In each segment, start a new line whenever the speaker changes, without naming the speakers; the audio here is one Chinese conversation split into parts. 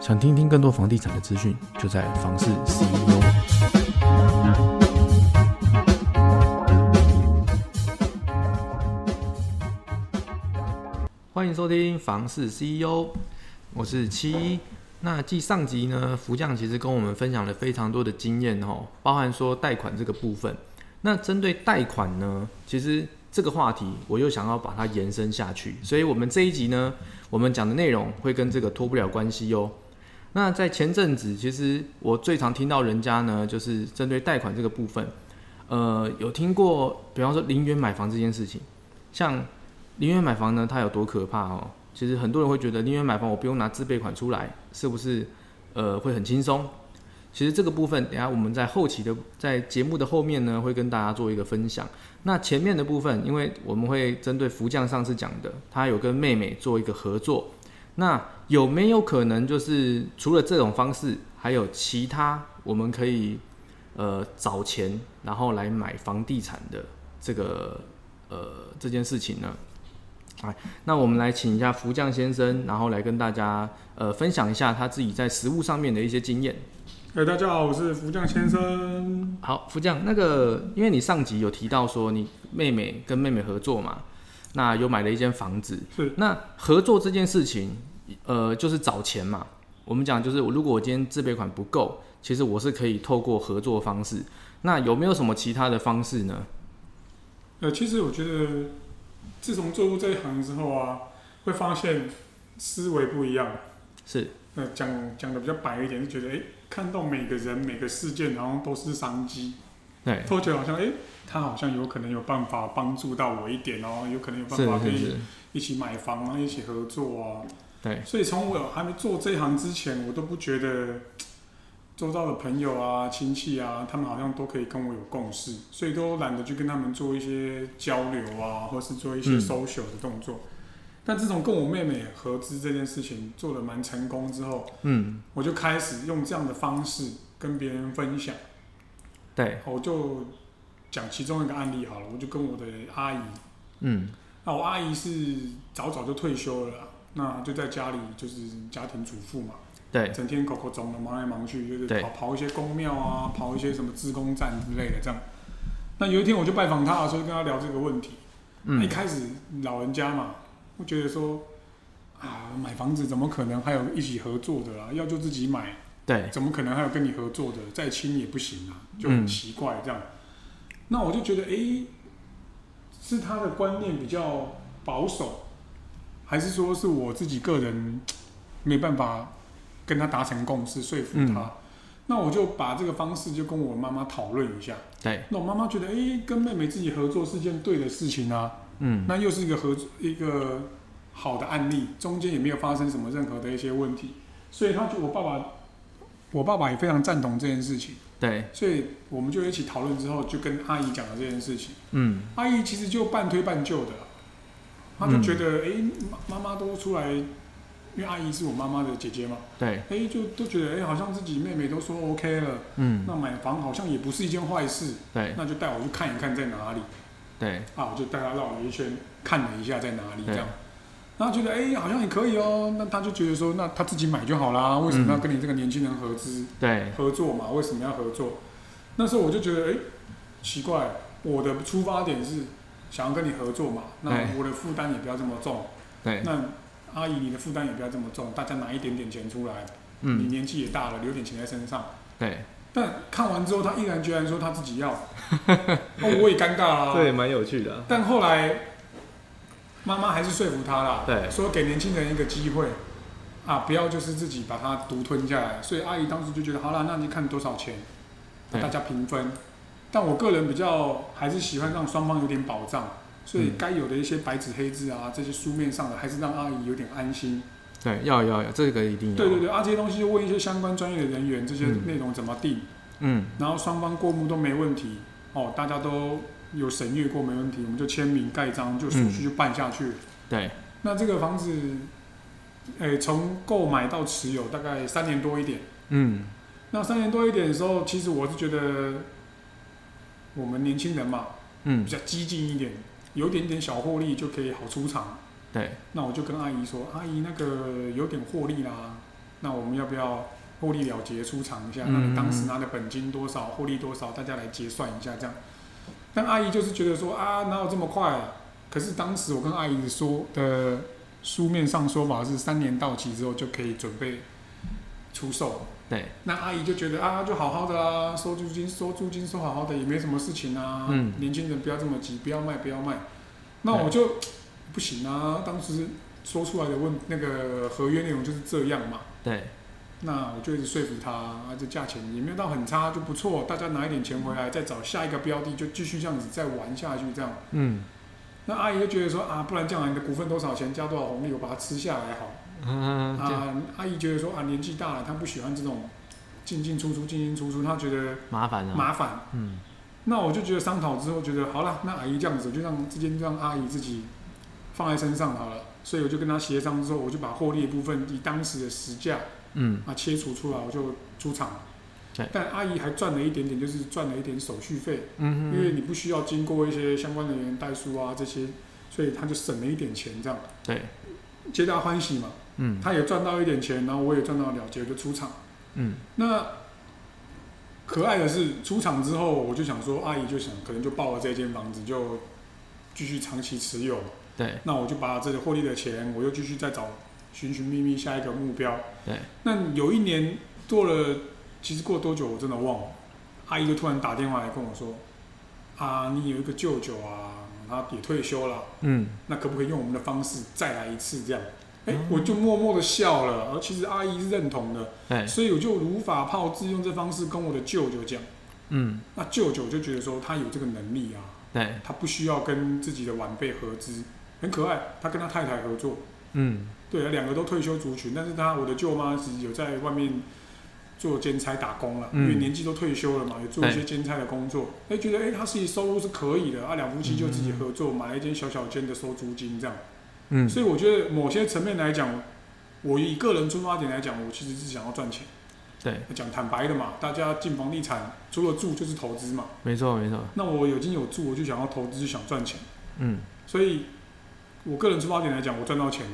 想听听更多房地产的资讯，就在房市 E CEO。欢迎收听房市 CEO，我是七一。那继上集呢，福将其实跟我们分享了非常多的经验哦，包含说贷款这个部分。那针对贷款呢，其实这个话题我又想要把它延伸下去，所以我们这一集呢，我们讲的内容会跟这个脱不了关系哦。那在前阵子，其实我最常听到人家呢，就是针对贷款这个部分，呃，有听过，比方说零元买房这件事情，像零元买房呢，它有多可怕哦？其实很多人会觉得零元买房我不用拿自备款出来，是不是？呃，会很轻松。其实这个部分，等一下我们在后期的在节目的后面呢，会跟大家做一个分享。那前面的部分，因为我们会针对福将上次讲的，他有跟妹妹做一个合作。那有没有可能就是除了这种方式，还有其他我们可以呃找钱，然后来买房地产的这个呃这件事情呢？哎，那我们来请一下福将先生，然后来跟大家呃分享一下他自己在实物上面的一些经验。
哎、大家好，我是福将先生。
好，福将，那个，因为你上集有提到说你妹妹跟妹妹合作嘛，那有买了一间房子，
是
那合作这件事情，呃，就是找钱嘛。我们讲就是，如果我今天自备款不够，其实我是可以透过合作方式。那有没有什么其他的方式呢？
呃，其实我觉得，自从做入这一行之后啊，会发现思维不一样。
是
呃，讲讲的比较白一点，就觉得哎、看到每个人每个事件，然后都是商机，
对，
都觉得好像哎、他好像有可能有办法帮助到我一点哦，有可能有办
是
法可
是
以
是，
一起买房啊，然后一起合作啊。
对，
所以从我还没做这一行之前，我都不觉得周遭的朋友啊、亲戚啊，他们好像都可以跟我有共识，所以都懒得去跟他们做一些交流啊，或是做一些
嗯
social 的动作。但自从跟我妹妹合资这件事情做的蛮成功之后，
嗯，
我就开始用这样的方式跟别人分享。
对，
我就讲其中一个案例好了，我就跟我的阿姨
嗯，
那我阿姨是早早就退休了啦，那就在家里就是家庭主妇嘛，
对，
整天狗狗总的忙来忙去，就是
对
跑跑一些公庙啊，跑一些什么自工站之类的这样。那有一天我就拜访她的时候，就跟她聊这个问题。那一
嗯，
开始老人家嘛，会觉得说啊，买房子怎么可能还有一起合作的啦？要就自己买，
对，
怎么可能还有跟你合作的？再亲也不行啊，就很奇怪这样。那我就觉得，哎、是他的观念比较保守，还是说是我自己个人没办法跟他达成共识，说服他？那我就把这个方式就跟我妈妈讨论一下。
对，
那我妈妈觉得，哎、跟妹妹自己合作是件对的事情啊。
嗯，
那又是一个合一个好的案例，中间也没有发生什么任何的一些问题，所以他就我爸爸，我爸爸也非常赞同这件事情，
对，
所以我们就一起讨论之后，就跟阿姨讲了这件事情。
嗯，
阿姨其实就半推半就的啦，她就觉得，哎、
嗯
妈妈妈都出来，因为阿姨是我妈妈的姐姐嘛，
对，
哎、就都觉得，哎、好像自己妹妹都说 OK 了，
嗯，
那买房好像也不是一件坏事，
对，
那就带我去看一看在哪里。
对，
啊，我就带他绕了一圈，看了一下在哪里这样。然后觉得哎、好像也可以哦，那他就觉得说，那他自己买就好啦，为什么要跟你这个年轻人合资、
嗯对，
合作嘛？为什么要合作？那时候我就觉得，哎、奇怪，我的出发点是想要跟你合作嘛，那
对
我的负担也不要这么重，
对，
那阿姨你的负担也不要这么重，大家拿一点点钱出来，你
嗯，
年纪也大了，留点钱在身上。
对，
但看完之后，他毅然决然说他自 己要，哦，我也尴尬啦、
这也蛮有趣的，
但后来妈妈还是说服他啦，
对
说给年轻人一个机会啊，不要就是自己把它独吞下来。所以阿姨当时就觉得，好啦，那你看多少钱，
对
大家平分。但我个人比较还是喜欢让双方有点保障，所以
嗯
该有的一些白纸黑字啊，这些书面上的，还是让阿姨有点安心。
对，要要要，这个一定要，
对对，对，啊，这些东西就问一些相关专业的人员，这些
嗯
内容怎么定，
嗯，
然后双方过目都没问题，哦，大家都有审阅过没问题，我们就签名盖章，就手续就办下去了。
对，
那这个房子，诶，从购买到持有大概三年多一点。
嗯，
那三年多一点的时候，其实我是觉得我们年轻人嘛，
嗯
比，较激进一点，有一点点小获利就可以好出场。
对，
那我就跟阿姨说，阿姨那个有点获利啦，那我们要不要获利了结出场一下？
嗯
那你当时拿的本金多少，获利多少，大家来结算一下这样。但阿姨就是觉得说啊，哪有这么快？可是当时我跟阿姨说的书面上说法是三年到期之后就可以准备出售。
对，
那阿姨就觉得啊，就好好的啊，收租金，收租金，收好好的，也没什么事情啊。
嗯
年轻人不要这么急，不要卖，不要卖。那
对
我就不行啊，当时说出来的问那个合约内容就是这样嘛。
对，
那我就一直说服他，啊，这价钱也没有到很差，就不错，大家拿一点钱回来，再找下一个标的，就继续这样子再玩下去，这样。
嗯，
那阿姨就觉得说啊，不然这样啊，你的股份多少钱加多少红利，我把它吃下来好了。
啊，这样
啊，阿姨觉得说啊，年纪大了，她不喜欢这种进进出出、进进出出，她觉得
麻烦啊，
麻烦。
嗯，
那我就觉得商讨之后，觉得好了，那阿姨这样子，我就让这间让阿姨自己放在身上好了。所以我就跟她协商之后，我就把获利的部分以当时的实价
嗯，
啊切除出来，我就出场了
对。
但阿姨还赚了一点点，就是赚了一点手续费，
嗯，
因为你不需要经过一些相关的人员代书啊这些，所以她就省了一点钱，这样
对，
皆大欢喜嘛。
嗯，
他也赚到一点钱，然后我也赚到了结，我就出场。
嗯，
那可爱的是，出场之后我就想说，阿姨就想可能就抱了这间房子就继续长期持有。
对，
那我就把这个获利的钱，我又继续再找寻寻觅觅下一个目标。
对，
那有一年做了，其实过多久我真的忘了，阿姨就突然打电话来跟我说，啊，你有一个舅舅啊，他也退休了。
嗯，
那可不可以用我们的方式再来一次这样？哎、
嗯
我就默默的笑了，而其实阿姨是认同的，
对，
所以我就如法炮制，用这方式跟我的舅舅讲。
嗯，
那舅舅就觉得说他有这个能力啊，
对，
他不需要跟自己的晚辈合资，很可爱。他跟他太太合作，
嗯，
对，啊两个都退休族群，但是他我的舅妈是有在外面做兼差打工了，
嗯
因为年纪都退休了嘛，有做一些
对
兼差的工作。哎、觉得哎、他自己收入是可以的，啊，两夫妻就自己合作买了一间小小间的收租金这样。
嗯，
所以我觉得某些层面来讲，我以个人出发点来讲，我其实是想要赚钱。
对，
讲坦白的嘛，大家进房地产除了住就是投资嘛。
没错，没错，
那我有经有住，我就想要投资，想赚钱。
嗯，
所以，我个人出发点来讲，我赚到钱了。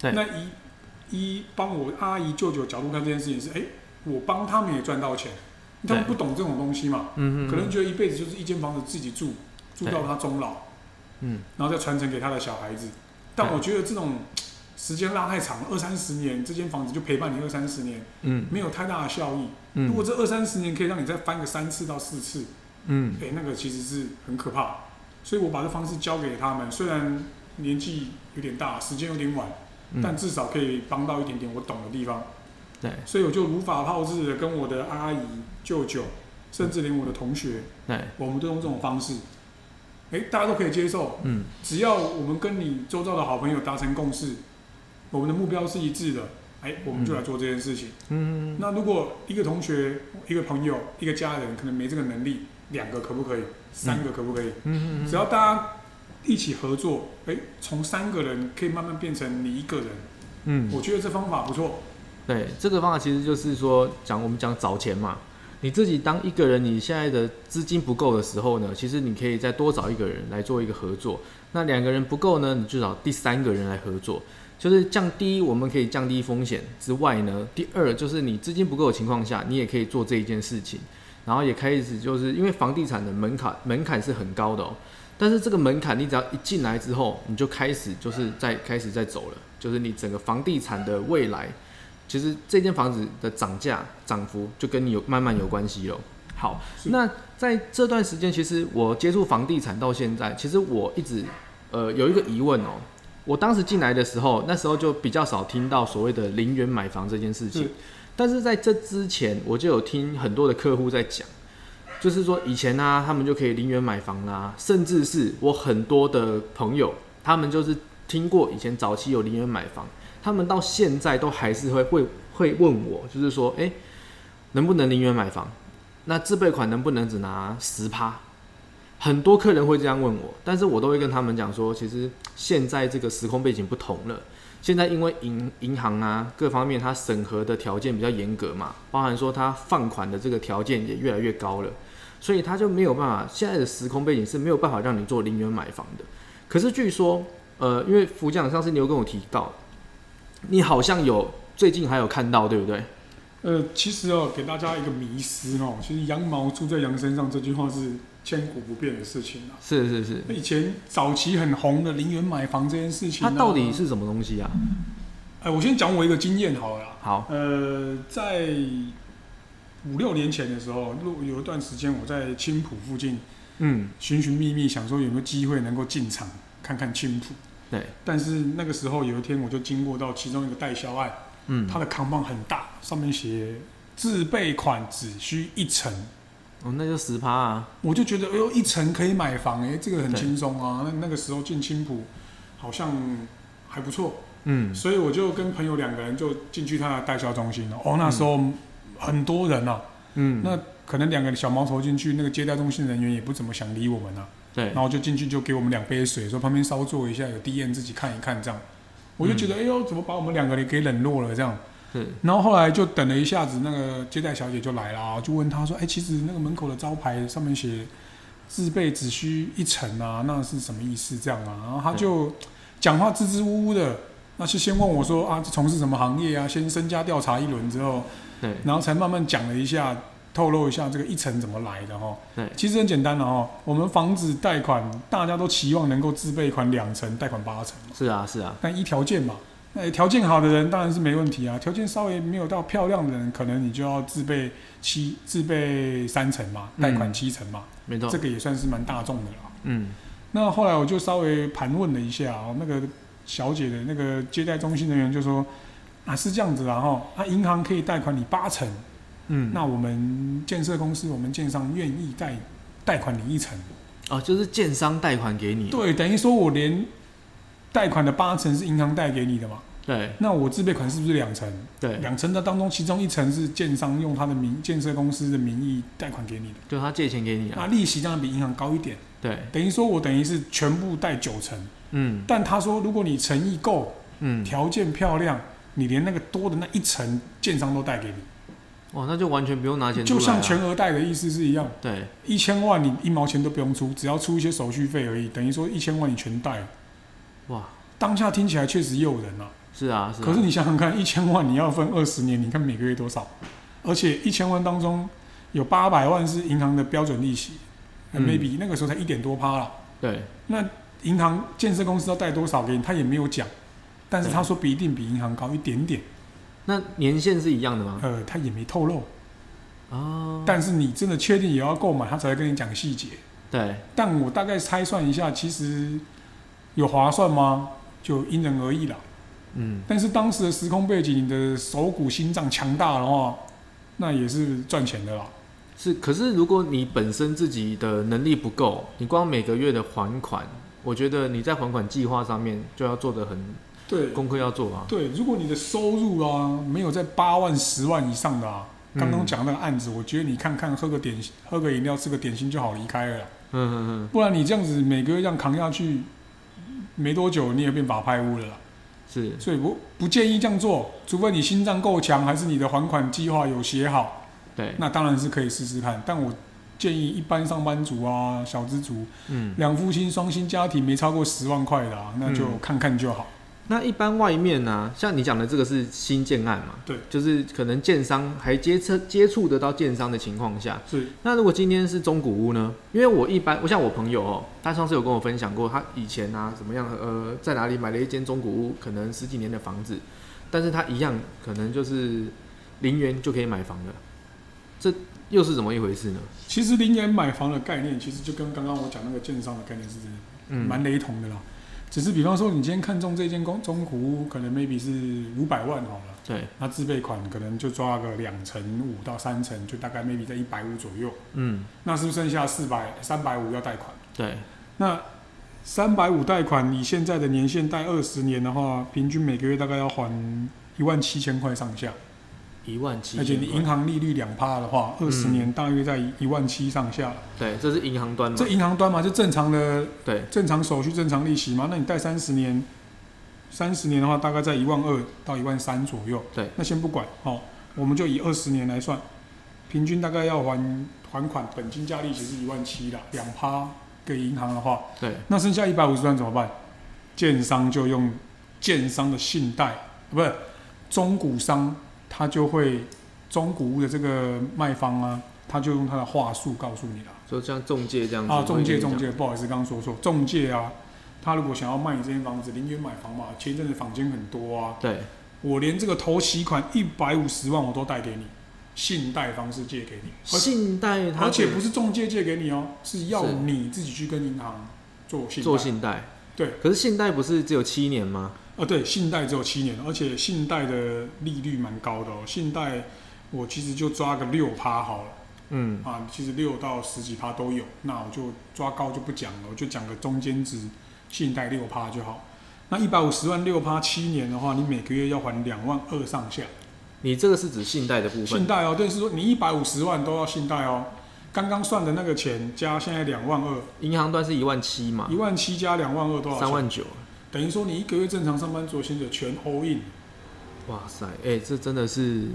对
那一一帮我阿姨舅舅角度看这件事情是，哎、我帮他们也赚到钱，他们
对
不懂这种东西嘛，
嗯，
可能觉得一辈子就是一间房子自己住，住到他终老。
嗯，
然后再传承给他的小孩子。但
对
我觉得这种时间拉太长，二三十年，这间房子就陪伴你二三十年，
嗯，
没有太大的效益。
嗯，
如果这二三十年可以让你再翻个三次到四次，
嗯，
哎、那个其实是很可怕。所以我把这方式交给他们，虽然年纪有点大，时间有点晚，
嗯
但至少可以帮到一点点我懂的地方。
对，
所以我就如法炮制的跟我的阿姨、舅舅，甚至连我的同学，
对，
我们都用这种方式，哎、大家都可以接受。
嗯，
只要我们跟你周遭的好朋友达成共识，我们的目标是一致的，哎，我们就来做这件事情。
嗯，
那如果一个同学、一个朋友、一个家人可能没这个能力，两个可不可以？三个可不可以？
嗯，
只要大家一起合作，哎，从三个人可以慢慢变成你一个人，
嗯，
我觉得这方法不错。
对，这个方法其实就是说，讲我们讲找钱嘛，你自己当一个人，你现在的资金不够的时候呢，其实你可以再多找一个人来做一个合作。那两个人不够呢，你就找第三个人来合作。就是降低，我们可以降低风险之外呢，第二就是你资金不够的情况下，你也可以做这一件事情，然后也开始就是因为房地产的门槛门槛是很高的哦，但是这个门槛你只要一进来之后，你就开始就是在开始在走了，就是你整个房地产的未来其实这间房子的涨价涨幅就跟你有慢慢有关系咯。好，
是
那在这段时间，其实我接触房地产到现在，其实我一直呃有一个疑问哦。我当时进来的时候，那时候就比较少听到所谓的零元买房这件事情
是，
但是在这之前，我就有听很多的客户在讲，就是说以前呢、他们就可以零元买房啦、啊甚至是我很多的朋友，他们就是听过以前早期有零元买房。他们到现在都还是会会会问我，就是说，哎、能不能零元买房？那自备款能不能只拿十趴？很多客人会这样问我，但是我都会跟他们讲说，其实现在这个时空背景不同了。现在因为银银行啊各方面它审核的条件比较严格嘛，包含说它放款的这个条件也越来越高了，所以它就没有办法，现在的时空背景是没有办法让你做零元买房的。可是据说，呃，因为福将上次你有跟我提到，你好像有最近还有看到，对不对？
呃，其实哦，给大家一个迷思哦，其实“羊毛出在羊身上”这句话是千古不变的事情啊。
是是是，
以前早期很红的零元买房这件事情、
它
啊，
到底是什么东西啊？
哎，我先讲我一个经验好了啦。
好，
呃，在五六年前的时候，路有一段时间我在青浦附近
嗯，
寻寻觅觅，想说有没有机会能够进场看看青浦。
对，
但是那个时候有一天，我就经过到其中一个代销案，
嗯，
它的扛棒很大，上面写自备款只需一成，
哦，那就十趴啊，
我就觉得哎呦一成可以买房哎、这个很轻松啊。那那个时候进青浦好像还不错，
嗯，
所以我就跟朋友两个人就进去他的代销中心了。哦，那时候很多人啊，
嗯，
那可能两个小毛头进去，那个接待中心人员也不怎么想理我们啊。
对
然，后就进去就给我们两杯水，说旁边稍坐一下，有 D N 自己看一看这样。我就觉得，哎呦，怎么把我们两个人给冷落了这样？
是，
然后后来就等了一下子，那个接待小姐就来啦，就问她说，哎，其实那个门口的招牌上面写自备只需一成啊，那是什么意思这样啊？然后她就讲话支支吾吾的，那是先问我说啊，从事什么行业啊？先身家调查一轮之后，
对，
然后才慢慢讲了一下，透露一下这个一层怎么来的哈。
对
其实很简单的哈，我们房子贷款大家都期望能够自备款两成，贷款八成嘛，
是啊是啊，
但依条件嘛。那条件好的人当然是没问题啊，条件稍微没有到漂亮的人，可能你就要自备七自备三成嘛，贷款七成嘛，
没错
这，个也算是蛮大众的啦。
嗯，
那后来我就稍微盘问了一下哦，那个小姐的那个接待中心人员就说啊是这样子啊哈，啊银行可以贷款你八成，
嗯，
那我们建设公司，我们建商愿意贷贷款你一成，
哦，就是建商贷款给你，啊
对，等于说我连贷款的八成是银行贷给你的嘛，
对
那我自备款是不是两成？
嗯对，
两成的当中，其中一成是建商用他的名建设公司的名义贷款给你的，
就他借钱给你啊，
那利息当然比银行高一点，
对，
等于说我等于是全部贷九成，
嗯
但他说如果你诚意够，
嗯，
条件漂亮，你连那个多的那一成建商都贷给你，
哇，那就完全不用拿钱出来
就
啊，
像全额贷的意思是一样。
对，
一千万你一毛钱都不用出，只要出一些手续费而已，等于说一千万你全贷了。
哇，
当下听起来确实诱人啊，
是啊是啊，
可是你想想看，一千万你要分二十年，你看每个月多少？而且一千万当中有八百万是银行的标准利息、呃
嗯
m a y b e 那个时候才一点多趴了。
对
那银行建设公司要贷多少给你，他也没有讲，但是
对
他说比一定比银行高一点点，
那年限是一样的吗？
呃，他也没透露。
哦，
但是你真的确定也要购买，他才会跟你讲细节。
对，
但我大概猜算一下，其实有划算吗？就因人而异啦。
嗯，
但是当时的时空背景，你的手骨心脏强大的话，那也是赚钱的啦。
是，可是如果你本身自己的能力不够，你光每个月的还款，我觉得你在还款计划上面就要做的很
对
功课要做啊，
对，如果你的收入啊没有在八万、十万以上的啊，
嗯
刚刚讲那个案子，我觉得你看看喝个点心、喝个饮料、吃个点心就好离开了啦。
嗯嗯嗯，
不然你这样子每个月这样扛下去，没多久你也变法拍屋了啦。
是，
所以不不建议这样做，除非你心脏够强，还是你的还款计划有写好。
对，
那当然是可以试试看，但我建议一般上班族啊、小资族、
嗯，
两夫妻双薪家庭没超过十万块的、啊，那就
嗯
看看就好。
那一般外面呢、啊像你讲的这个是新建案嘛，
对，
就是可能建商还接触接触得到建商的情况下，
是，
那如果今嗯天是中古屋呢？因为我一般，我像我朋友哦，他上次有跟我分享过，他以前啊怎么样，呃，在哪里买了一间中古屋，可能十几年的房子，但是他一样可能就是零元就可以买房了，这又是怎么一回事呢？
其实零元买房的概念，其实就跟刚刚我讲那个建商的概念是
嗯，
蛮雷同的啦。只是比方说，你今天看中这间公中古屋，可能 maybe 是五百万好了，
对，
那自备款可能就抓个两成五到三成，就大概 maybe 在一百五左右。
嗯，
那是不是剩下四百三百五要贷款？
对，
那三百五贷款，你现在的年限贷二十年的话，平均每个月大概要还一万七千块上下，
一万七，
而且你银行利率两趴的话，二十
嗯
年大约在一万七上下。
对，这是银行端嘛
这？银行端嘛，就正常的
对，
正常手续、正常利息嘛。那你贷三十年，三十年的话大概在一万二到一万三左右。
对，
那先不管哦，我们就以二十年来算，平均大概要还还款本金加利息是一万七啦，两趴给银行的话，
对，
那剩下一百五十万怎么办？建商就用建商的信贷，啊不是中古商他就会中古屋的这个卖方啊，他就用他的话术告诉你了。
说像中介这样子
啊，中介
会跟
中
你讲
介，不好意思，刚刚说错，中介啊，他如果想要卖你这间房子，零元买房嘛，前一阵子房间很多啊，
对，
我连这个头期款一百五十万我都贷给你，信贷方式借给你，而
信贷它
而且
是
不是中介借给你哦，是要
是
你自己去跟银行做信贷。
做信贷，
对，
可是信贷不是只有七年吗？
啊，对，信贷只有七年，而且信贷的利率蛮高的哦，信贷我其实就抓个六趴好了。
嗯，
啊，其实六到十几趴都有，那我就抓高就不讲了，我就讲个中间值，信贷六趴就好。那一百五十万六趴七年的话，你每个月要还两万二上下
你这个是指信贷的部
信
分，
贷哦，但是说你一百五十万都要信贷哦。刚刚算的那个钱加现在两万二，
银行端是一万七嘛
一，万七加两万二多少钱？
三万九，
等于说你一个月正常上班族的薪水全 all in，
哇塞，哎、这真的是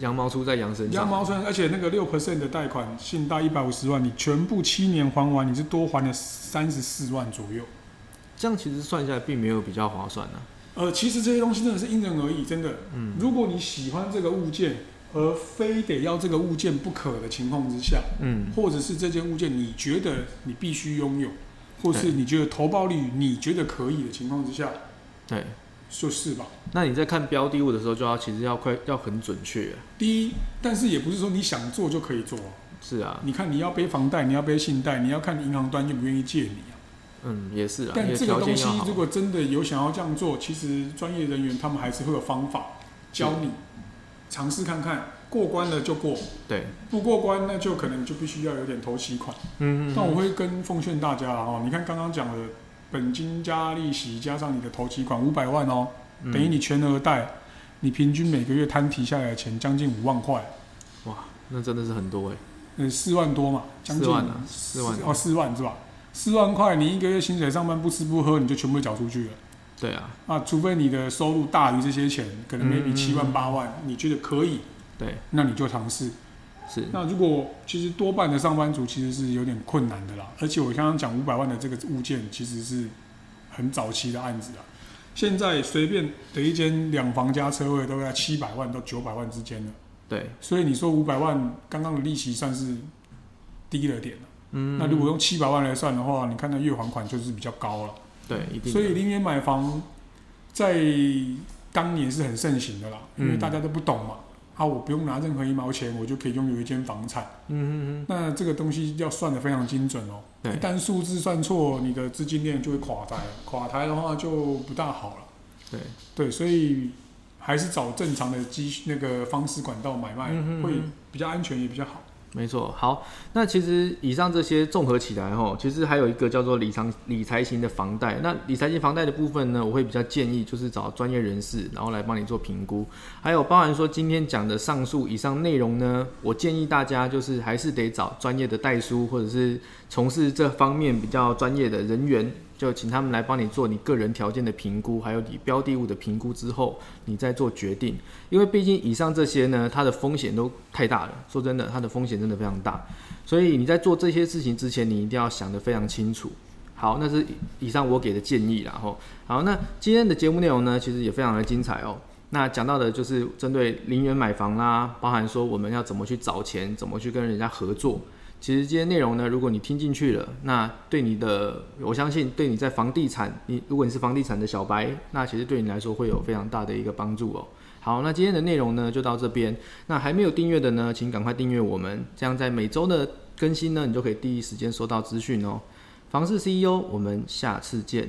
羊毛出在羊身
羊
上，
毛穿，而且那个六 percent 的贷款信贷一百五十万，你全部七年还完，你是多还了三十四万左右。
这样其实算下来并没有比较划算啊呢、
呃，其实这些东西真的是因人而异，真的。
嗯
如果你喜欢这个物件，而非得要这个物件不可的情况之下，
嗯，
或者是这件物件你觉得你必须拥有，或是你觉得投报率你觉得可以的情况之下，
对。
就是吧。
那你在看标的物的时候，就要其实要快要很准确、啊
第一，但是也不是说你想做就可以做啊、
是啊，
你看你要背房贷，你要背信贷，你要看银行端愿不愿意借你啊。
嗯，也是啊，
但
你的
这个
条
东
件
西
要好
如。果真的有想要这样做，其实专业人员他们还是会有方法教你，尝试看看，过关了就过，
对，
不过关那就可能就必须要有点投期款。
嗯，
但我会跟奉劝大家哦，你看刚刚讲的本金加利息加上你的投期款五百万哦，
嗯
等于你全额贷，你平均每个月摊提下来的钱将近五万块，
哇，嗯那真的是很多哎、
嗯，四万多嘛，将近
四万啊四万
哦，四万是吧？四万块，你一个月薪水上班不吃不喝，你就全部缴出去了。
对啊，
啊，除非你的收入大于这些钱，可能
嗯
maybe 七万八万，你觉得可以，
对，
那你就尝试。
是，
那如果其实多半的上班族其实是有点困难的啦，而且我刚刚讲五百万的这个物件其实是很早期的案子啊，现在随便的一间两房加车位都要七百万到九百万之间了，
对，
所以你说五百万刚刚的利息算是低了点了啊
嗯，
那如果用七百万来算的话，你看那月还款就是比较高了。
嗯对，一定的，
所以零元买房在当年是很盛行的啦，因为
嗯
大家都不懂嘛。啊，我不用拿任何一毛钱，我就可以拥有一间房产。
嗯嗯嗯，
那这个东西要算的非常精准哦。
对
一旦数字算错，你的资金链就会垮台了，垮台的话就不大好了。
对，
对，所以还是找正常的机那个方式管道买卖、
嗯哼
会
嗯
比较安全，也比较好。
没错。好，那其实以上这些综合起来哈，其实还有一个叫做理偿理财型的房贷。那理财型房贷的部分呢，我会比较建议就是找专业人士，然后来帮你做评估。还有包含说今天讲的上述以上内容呢，我建议大家就是还是得找专业的代书或者是从事这方面比较专业的人员，就请他们来帮你做你个人条件的评估，还有你标的物的评估之后，你再做决定。因为毕竟以上这些呢，它的风险都太大了。说真的，它的风险真的非常大，所以你在做这些事情之前，你一定要想得非常清楚。好，那是以上我给的建议啦。吼，好，那今天的节目内容呢，其实也非常的精彩哦。那讲到的就是针对零元买房啦，包含说我们要怎么去找钱，怎么去跟人家合作。其实这些内容呢，如果你听进去了，那对你的，我相信对你在房地产，你如果你是房地产的小白，那其实对你来说会有非常大的一个帮助哦。好，那今天的内容呢就到这边。那还没有订阅的呢，请赶快订阅我们，这样在每周的 E 更新呢，你就可以第一时间收到资讯哦。房市 CEO，我们下次见，